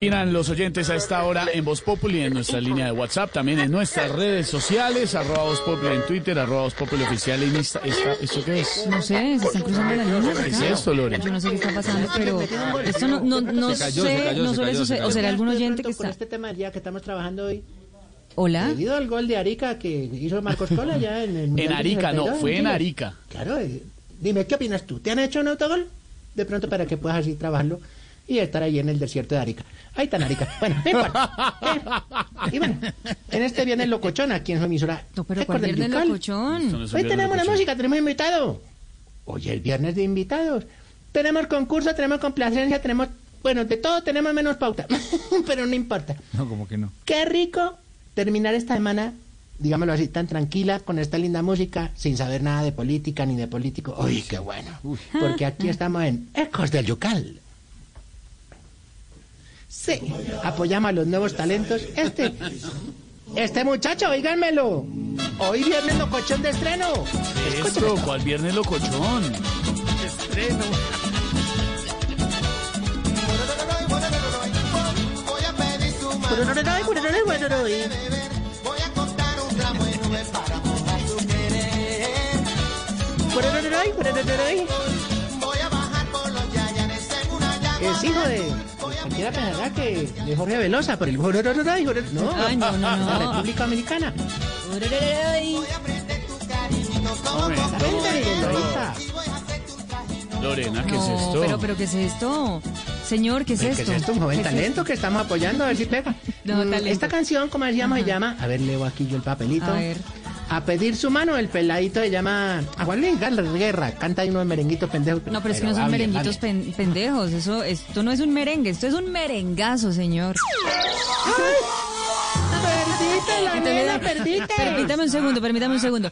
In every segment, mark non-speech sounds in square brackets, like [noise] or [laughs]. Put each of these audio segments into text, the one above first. Opinan los oyentes a esta hora en Voz Populi, en nuestra línea de WhatsApp, también en nuestras redes sociales, arroba Voz Populi en Twitter, arroba Voz Populi oficial en Insta. esta- ¿Esto qué es? No sé, se están cruzando las líneas. ¿Qué es acá. esto, Lore? Yo no sé qué está pasando, pero esto no, no, no Se cayó, sé, se cayó, no se suele cayó, se suceder. cayó. ¿O será algún oyente que Con está? este tema del día que estamos trabajando hoy, Hola. debido al gol de Arica que hizo Marcos Cola ya en el Mundial En del Arica, no, 62, fue en Chile. Arica. Claro, eh, dime, ¿qué opinas tú? ¿Te han hecho un autogol? De pronto para que puedas así trabajarlo y estar ahí en el desierto de Arica. Ahí tan Arica. Bueno, [laughs] no importa. Eh, y bueno, en este viernes Locochón, aquí en su emisora. No, pero ¿cuál Recuerden, viernes Yucal. Esto no locochón? es un Hoy viernes tenemos la locochón. música, tenemos invitado. Hoy es viernes de invitados. Tenemos concurso, tenemos complacencia, tenemos... Bueno, de todo tenemos menos pauta, [laughs] pero no importa. No, como que no. Qué rico terminar esta semana, digámoslo así, tan tranquila, con esta linda música, sin saber nada de política ni de político. Uy, Ah. qué bueno. Porque aquí estamos en Ecos del Yucal. Sí, apoyamos a los nuevos talentos. Este, este muchacho, oíganmelo. Hoy viernes locochón de estreno. Esto, ¿cuál viernes locochón? Es hijo de. Cualquiera pensará que de Jorge Velosa, pero el. No, Ay, no, no, no. de la República Americana. La Momento, gente de momento. Lorita. Lorena, ¿qué es No, esto? pero, pero ¿qué es esto? Señor, ¿qué es Pues, esto? que es esto? Un joven ¿Qué es talento que estamos apoyando, a ver si pega. No, Mm, talento. Esta canción, como decíamos, se llama. A ver, leo aquí yo el papelito. A ver. A pedir su mano, el peladito se llama. A Juan Luis Gal- Guerra, canta ahí unos merenguitos pendejos. No, pero es que no va son bien, va merenguitos bien. pen- pendejos. Eso, esto no es un merengue, esto es un merengazo, señor. Perdite, la nena, Entonces, perdite. Permítame un segundo, permítame un segundo.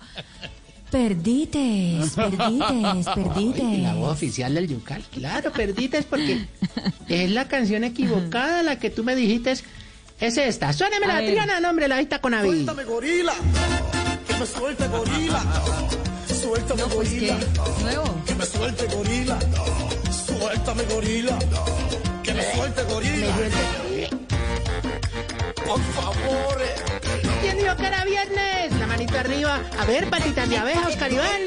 Perdites, perdites, Ay, La voz perdites. oficial del Yucal. Claro, perdiste es porque es la canción equivocada la que tú me dijiste. Es, es esta. Suéname A la ver. Triana, no, hombre, la vista con Avi. Suéltame gorila, que me suelte gorila, suéltame No, pues qué gorila, nuevo. que me suelte gorila, suéltame gorila, que Eh, me suelte gorila. Por favor, eh. ¿Quién dijo que era viernes? La manito arriba. A ver, patitas de abeja, Oscar Iván.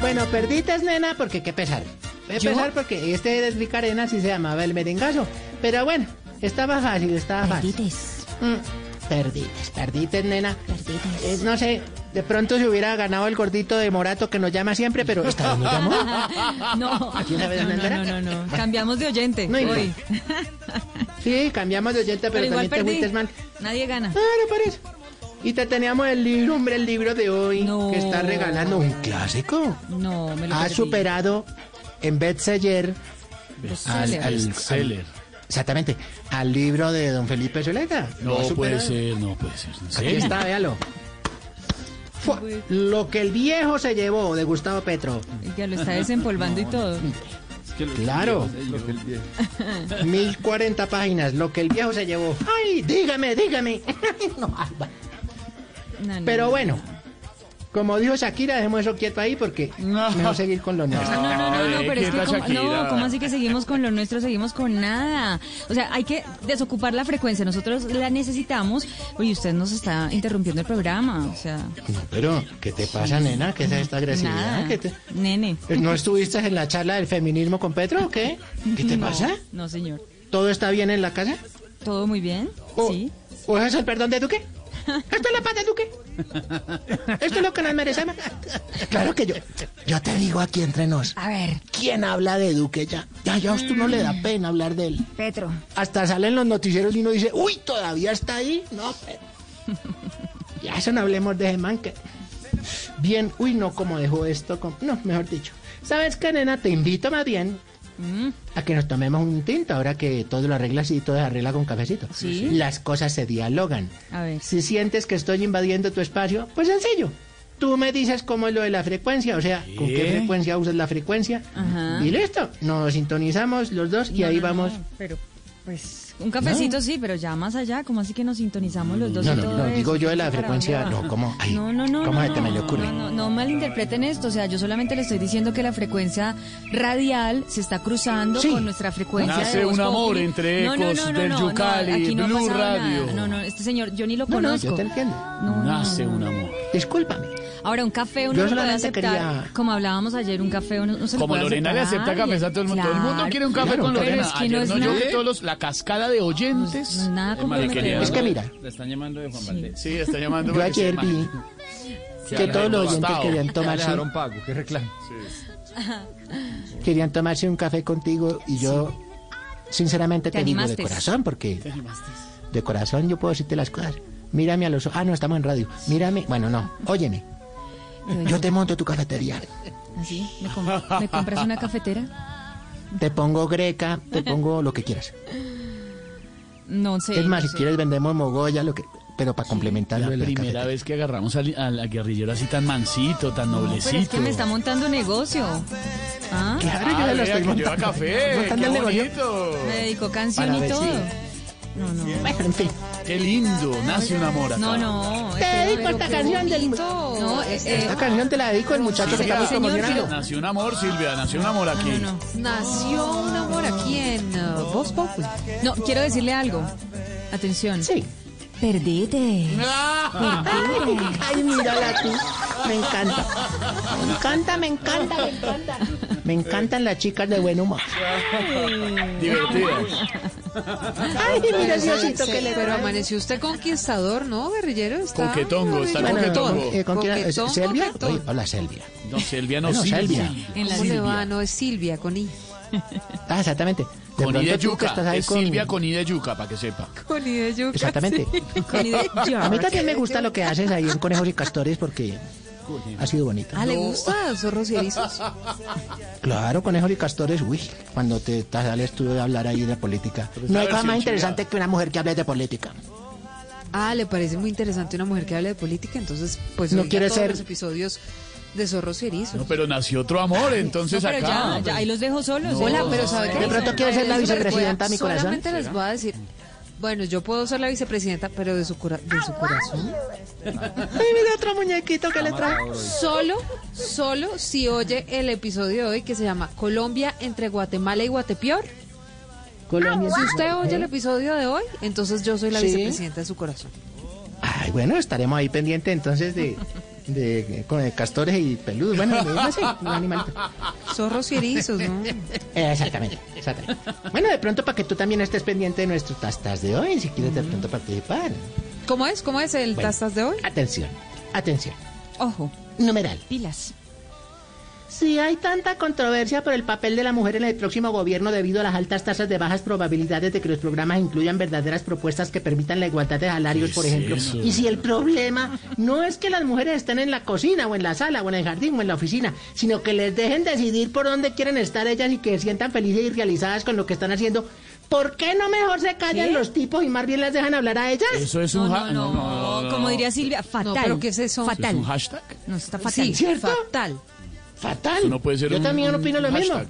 Bueno, perdites, nena, porque qué pesar. Qué ¿Yo? pesar porque este de Rick Arenas sí se llamaba el merengazo. Pero bueno, estaba fácil, estaba fácil. Perdites, Mm, perdites, perdites, nena. perdites. Eh, no sé, de pronto se hubiera ganado el gordito de Morato que nos llama siempre, pero esta vez no llamó. [laughs] No, [laughs] no, quién sabe dónde no, andará? no, no, no. Cambiamos de oyente No importa. hoy. Sí, cambiamos de oyente, pero, Pero igual también te perdí. fuiste mal. Nadie gana. Ah, no parece. Y te teníamos el libro, hombre, el libro de hoy, No. que está regalando un clásico. No, me lo Ha perdí. superado en bestseller al, Bestseller. al- al- Bestseller. exactamente, al libro de don Felipe Zuleta. Lo ha No puede superado. ser, no puede ser. ¿en Aquí serio? está, véalo. Fua, lo que el viejo se llevó de [laughs] Gustavo Petro. Ya lo está desempolvando y todo. Claro. 1040 páginas, lo que el viejo se llevó. ¡Ay, dígame, dígame! [laughs] No, ay, bueno. No, no, Pero no. bueno, como dijo Shakira, dejemos eso quieto ahí [laughs] porque No. mejor seguir con lo nuestro. No, no, no, no, Ay, pero ¿qué es que pasa, como, no, Shakira? ¿cómo así que seguimos con lo nuestro? Seguimos con nada. O sea, hay que desocupar la frecuencia. Nosotros la necesitamos. Oye, usted nos está interrumpiendo el programa. O sea, No, pero, ¿qué te pasa, nena? ¿Qué es esta agresividad? nada. ¿Qué te- eh, Nene. ¿No estuviste en la charla del feminismo con Petro o qué? ¿Qué te No, pasa? No, señor. ¿Todo está bien en la casa? ¿Todo muy bien? ¿O, Sí. ¿O es el perdón de Duque? ¿Esto es la paz de Duque? ¿Esto es lo que nos merecemos? Claro que yo, yo te digo aquí entre nos. A ver, ¿Quién habla de Duque ya? Ya, ya a usted no le da pena hablar de él. Petro. Hasta salen los noticieros y uno dice, uy, todavía está ahí. No, [laughs] pero... ya eso no hablemos de ese man que... Bien, uy, no, como dejó esto. con- No, mejor dicho. ¿Sabes qué, nena? Te invito más bien Mm. a que nos tomemos un tinto ahora que todo lo arreglas y todo se arregla con cafecito. Sí. Las cosas se dialogan. A ver. Si sientes que estoy invadiendo tu espacio, pues sencillo. Tú me dices cómo es lo de la frecuencia, o sea, con qué ¿Qué? frecuencia usas la frecuencia. Ajá. Y listo, nos sintonizamos los dos y No, ahí no, no, vamos. pero, pues, Un cafecito sí, pero ya más allá, ¿cómo así que nos sintonizamos los dos? No, y no, todo no, eso? digo yo de la ¿Para frecuencia, dónde va? no, ¿cómo? Ay, no, no, no. ¿cómo no, se te me le ocurre? No, no, no malinterpreten esto, o sea, yo solamente le estoy diciendo que la frecuencia radial se está cruzando Sí. con nuestra frecuencia Nace de Voz un amor Populi. entre No, no, ecos no, no, del no, no, Yucali, aquí no ha Blue pasado nada. Radio. No, no, este señor, yo ni lo No, no, conozco. yo te entiendo. No, no, Nace no, un no. amor. Discúlpame. Ahora, un café uno Yo lo puede solamente aceptar. quería- Como hablábamos ayer, un café uno no se lo Como puede Lorena le acepta aceptar a cafés a alguien. todo el mundo. Todo el mundo Claro. quiere un café Claro, con pero Lorena. es que no Ayer es no, yo nada. vi todos los- la cascada de oyentes. No es nada Es María comprometedor. Querida. Es que mira, Le están llamando de Juan Valdés. Sí, está llamando. yo para que ayer se- vi que todos los oyentes Gustavo. querían tomarse, dejaron pago, qué reclamo. querían tomarse un café contigo y yo sinceramente Te te, digo de animaste. corazón, porque de corazón yo puedo decirte las cosas. Mírame a los ojos. Ah, no, estamos en radio. Mírame. Bueno, no. Óyeme. Yo te monto tu cafetería. Así, ¿Me, com- me compras una cafetera? Te pongo greca, te pongo lo que quieras. No sé. es más, no si sé. quieres vendemos mogoya, lo que, pero para complementar La lo de la primera cafetería. vez que agarramos al, al guerrillero así tan mansito, tan Pero es noblecito. que me está montando un negocio. ¿Ah? Claro, yo Ah, ya lo vea, estoy que lleva montando. café. Montando Qué el negocio. bonito. Me dedicó canción Para y ver, todo. sí. No, no. Bueno, en fin. Qué lindo. Nace un amor acá. No, no. Te espera, dedico pero esta qué canción del- bonito. No, eh, eh, Esta canción te la dedico al muchacho que Silvia, estamos señor, promocionando. pero- Nació un amor, Silvia. Nació un amor aquí. no, [laughs] no. Nació un amor aquí en uh, Voz Populi. No, quiero decirle algo. Atención. Sí. Ah. Perdete. Ay, mírala tú. Me encanta. Me encanta, me encanta, me encanta. Me encantan las chicas de buen humor. [laughs] Divertidas. Ay, mira el Diosito Sí, que le pero trae. amaneció usted conquistador, ¿no, guerrillero? Está Coquetongo, está Bueno, coquetón. eh, ¿con quién? Eh, Coquetón, ¿Selvia? coquetón. Oye, hola, Selvia. No, Silvia no, Bueno, Selvia. En la ¿Cómo le Silvia. va? No, es Silvia, con I. Ah, exactamente. De Con I de pronto tú que estás yuca. ahí Es con... Silvia con I de yuca, para que sepa. Con I de yuca. Exactamente. [laughs] Con idea- [laughs] A mí también me gusta lo que haces ahí en Conejos y Castores porque ha sido bonito. Ah, ¿le gusta zorros y [laughs] erizos? Claro, Conejos y Castores, uy, cuando te te sales tú de hablar ahí de política. No hay cosa versión más interesante que una mujer que hable de política. Ah, le parece muy interesante una mujer que habla de política, entonces, pues, No oiga quiere todos ser- los episodios de zorros y erizos. No, pero nació otro amor, entonces Pero acá. pues, ya, ya, ahí los dejo solos. ¿eh? Hola, pero ¿sabe qué? De pronto quiero ser la Solamente les voy a- vicepresidenta de mi corazón. Solamente les voy a decir... Bueno, yo puedo ser la vicepresidenta, pero de su, cora- de su corazón. Ay, mira otro muñequito que le trae. Solo, solo si oye el episodio de hoy que se llama Colombia entre Guatemala y Guatepeor. Colombia. Si usted oye el episodio de hoy, entonces yo soy la Sí. vicepresidenta de su corazón. Ay, bueno, estaremos ahí pendiente entonces de, de, con eh, castores y peludos. Bueno, de- no sé, un animalito. Zorros y erizos, ¿no? Eh, Exactamente, exactamente. Bueno, de pronto para que tú también estés pendiente de nuestros tastas de hoy, si quieres de pronto participar. ¿Cómo es? ¿Cómo es el Bueno. tastas de hoy? Atención, atención. Ojo, Numeral. pilas. Si hay tanta controversia por el papel de la mujer en el próximo gobierno debido a las altas tasas de bajas probabilidades de que los programas incluyan verdaderas propuestas que permitan la igualdad de salarios, ¿Qué por es ejemplo, eso? y si el problema no es que las mujeres estén en la cocina o en la sala o en el jardín o en la oficina, sino que les dejen decidir por dónde quieren estar ellas y que se sientan felices y realizadas con lo que están haciendo, ¿por qué no mejor se callan ¿Qué? los tipos y más bien las dejan hablar a ellas? Eso es No, un no, ha- no, Como diría Silvia, fatal. pero ¿qué es eso? ¿Es un Fatal. hashtag? No, está fatal. Sí, ¿Cierto? fatal. Fatal. Eso no puede ser Yo un- también un opino lo mismo. hashtag.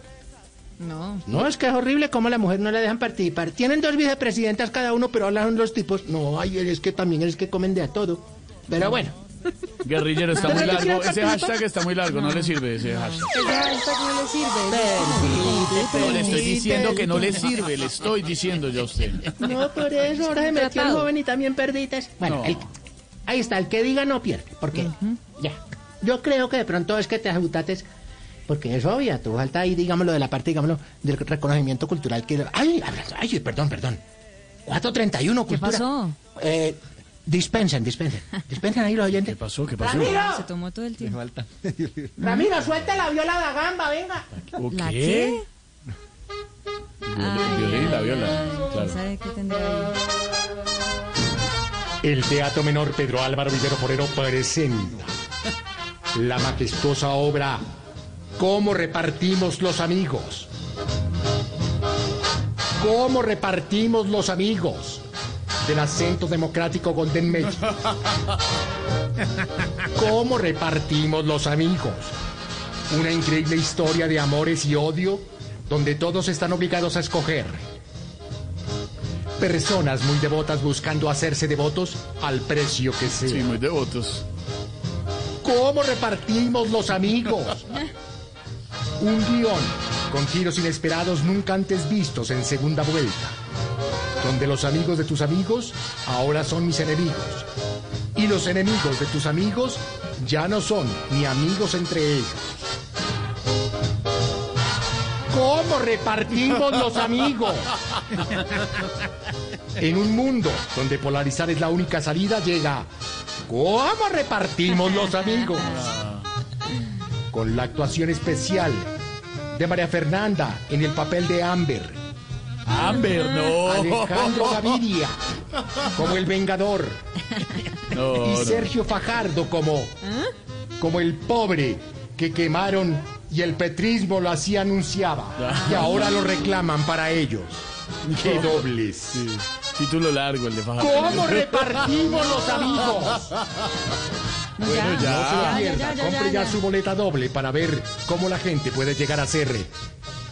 No. No, es que es horrible cómo a la mujer no la dejan participar. Tienen dos vicepresidentas cada uno, pero hablan los tipos. No, ay, es que también es que comen de a todo. Pero bueno, Guerrillero, está muy Pero no largo. quiero Ese participar. hashtag está muy largo, no le sirve ese hashtag. Esa esta no le sirve. No, le estoy diciendo que no le sirve, le estoy diciendo yo a usted. no por eso, ahora se metió el Tratado. joven y también perditas. Bueno, No. el- ahí está, el que diga no pierde. ¿Por qué? Ya. Yo creo que de pronto es que te ajustates, porque es obvia, tu falta ahí, digámoslo, de la parte, digámoslo, del reconocimiento cultural que... Ay, ay, perdón, perdón. 431, cultura. pasó? Eh, dispensen, dispensen. Dispensen ahí los oyentes. ¿Qué pasó? ¿Qué pasó? Se tomó todo el tiempo. Ramiro, suelta la viola da gamba, venga. ¿O ¿La qué? qué? Viol- Violín, la viola. ¿Quién Claro. sabe qué tendrá ahí? El Teatro Menor Pedro Álvaro Vivero Forero presenta la majestuosa obra ¿Cómo repartimos los amigos? ¿Cómo repartimos los amigos? Del acento democrático Golden Mail. ¿Cómo repartimos los amigos? Una increíble historia de amores y odio donde todos están obligados a escoger. Personas muy devotas buscando hacerse devotos al precio que sea. Sí, muy devotos. ¿Cómo repartimos los amigos? Un guión con giros inesperados nunca antes vistos en segunda vuelta. Donde los amigos de tus amigos ahora son mis enemigos. Y los enemigos de tus amigos ya no son ni amigos entre ellos. ¿Cómo repartimos los amigos? En un mundo donde polarizar es la única salida, llega. ¿Cómo repartimos los amigos? Con la actuación especial de María Fernanda en el papel de Amber, Amber, no. [laughs] Alejandro Gaviria como el Vengador y No, no. Sergio Fajardo como, como el pobre que quemaron y el petrismo lo así anunciaba y ahora lo reclaman para ellos. ¡Qué dobles! Sí. Título largo el de Fajardo. ¿Cómo repartimos los amigos? No, Bueno, ya. No se la pierda, compre ya ya. su boleta doble para ver cómo la gente puede llegar a ser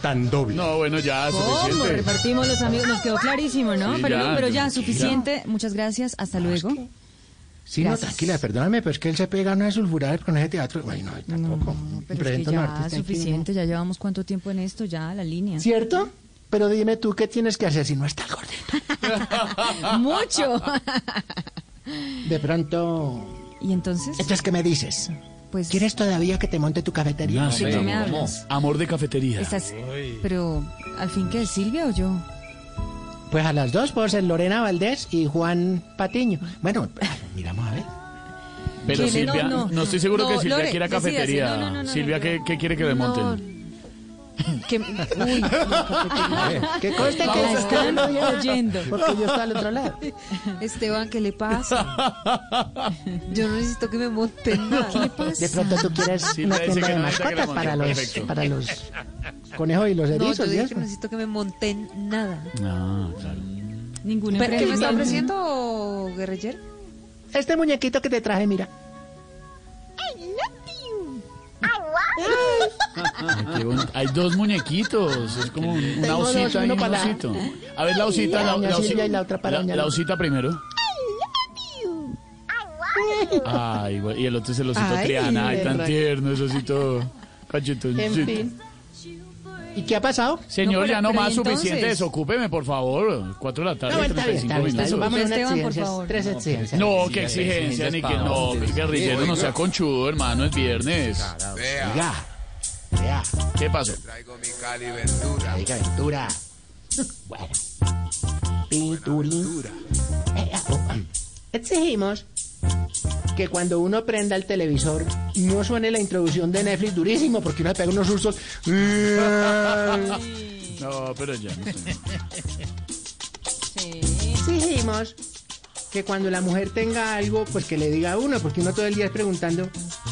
tan doble. No, bueno, ya, ¿Cómo suficiente. repartimos los amigos? Nos quedó clarísimo, ¿no? Sí, pero, ya, no, pero ya, ya. suficiente. Muchas gracias. Hasta luego. Sí, no, Gracias. tranquila, perdóname, pero es que él se pega una de sulfuradas con ese teatro. Ay, no, tampoco. No, pero es que Presento a un ya artista aquí, suficiente. Ya llevamos cuánto tiempo en esto, ya la línea. ¿no? ¿Cierto? Pero dime tú, ¿qué tienes que hacer si no está el [laughs] gordito? [laughs] Mucho. De pronto... y entonces, Entonces, ¿qué me dices? pues, ¿Quieres todavía que te monte tu cafetería? Ya, sí, hombre, tú me amor. hablas. Amor de cafetería. Estás, pero al fin que Silvia o yo. Pues a las dos puedo ser Lorena Valdés y Juan Patiño. Bueno, miramos a ver. Pero ¿Quién es? Silvia, No, no, no. estoy seguro No, que Silvia Lore, quiera decídase. cafetería. No, no, no, no, Silvia, no, ¿qué, yo- qué quiere que le No. monten? [laughs] Que- uy, Que conste que La la están oyendo. Porque yo estaba al otro lado. Esteban, ¿qué le [laughs] pasa? Yo no necesito que me monten nada. ¿Qué le De pasa? pronto tú quieres Sí, una parece tienda que de no, ahorita que la mascotas monté, para los, perfecto. para los conejos y los No, erizos. yo ¿y dije que eso? no necesito que me monten nada. Ah, claro. Ninguna ¿Pero qué me está ofreciendo, guerrillero? Este muñequito que te traje, mira. Ay, qué bonito. Hay dos muñequitos. Es como un- una Tengo dos, osita y uno un para- osito. A ver, la osita. Para La, doña la Silvia osi- y la otra para la- doña la Lore. osita primero. Ay, bueno, y el otro es el osito Ay, Triana. Ay, tan verdad. tierno, ese osito cachetoncito. En fin. ¿Y qué ha pasado? Señor, No, pero- ya no pero más ¿y entonces? suficiente, desocúpeme, por favor. Cuatro de la tarde, No, Ah, está bien, 35 está bien. está bien. minutos. Vamos a una Esteban, por exigencia, favor. Tres exigencias. No, qué exigencia, ni que no, que el guerrillero no sea conchudo, hermano, es viernes. Oiga, vea, ¿Qué pasó? Traigo mi Cali Ventura. oiga, Ventura. Bueno. Pinturín. Vea, oh, ah. Exigimos que cuando uno prenda el televisor no suene la introducción de Netflix durísimo porque uno se pega unos ursos. No, pero ya. no sé. [laughs] exigimos que cuando la mujer tenga algo, pues que le diga a uno, porque uno todo el día es preguntando,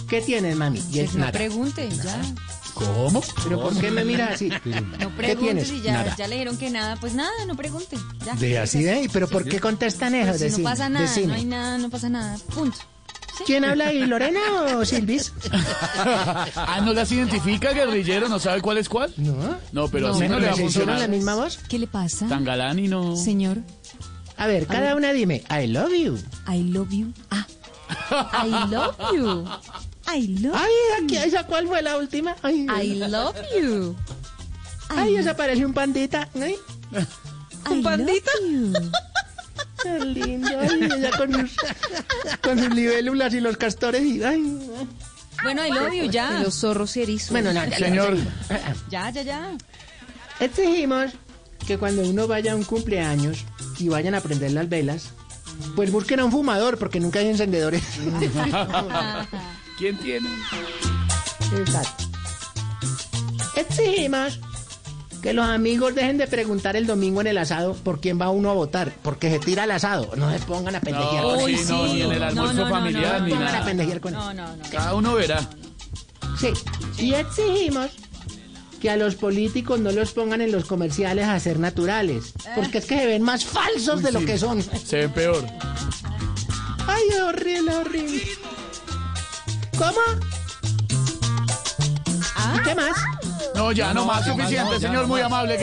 ¿qué tienes, mami? Y es No nada. pregunte, ya. ¿Cómo? ¿Pero por qué me miras [laughs] así? No ¿Qué pregunte tienes? si ya, Nada. ya le dijeron que nada. Pues nada, no pregunte. Ya. De así de ahí, ¿pero por qué contestan eso? Pues si Decime, no pasa nada, decime. no hay nada, no pasa nada. Punto. ¿Quién habla ahí, Lorena o Silvis? Ah, ¿no las identifica, guerrillero? ¿No sabe cuál es cuál? No. No, pero así ¿Me- no le va a me hicieron la funcionar. misma voz? ¿Qué le pasa? Tan galán y no... Señor, A ver, cada una dime, I love you. I love you. Ah, I love you. I love Ay, aquí, ¿esa cuál fue la última? Ay, I love you. ay, esa parece un pandita. Ay, ¿Un pandita? qué lindo. Ay, ella con sus, con sus libélulas y los castores y... Ay, ay. Bueno, I love you, ya. Y Los zorros y erizos. Bueno, no, ya, Señor, Ya, ya, ya. Exigimos que cuando uno vaya a un cumpleaños y vayan a prender las velas, pues busquen a un fumador porque nunca hay encendedores. ¿quién tiene? Exacto. Exigimos que los amigos dejen de preguntar el domingo en el asado por quién va uno a votar, porque se tira el asado. No se pongan a pendejear. No, con sí, eso. no, ni en el almuerzo familiar, no, ni no, no, nada. no, pendejear con No, eso. no, no. Cada uno verá. Sí. Y exigimos que a los políticos no los pongan en los comerciales a ser naturales, porque es que se ven más falsos de lo que son. Se ven peor. Ay, horrible, horrible. ¿Cómo? ¿Y qué más? No, ya, no más suficiente, señor, muy amable.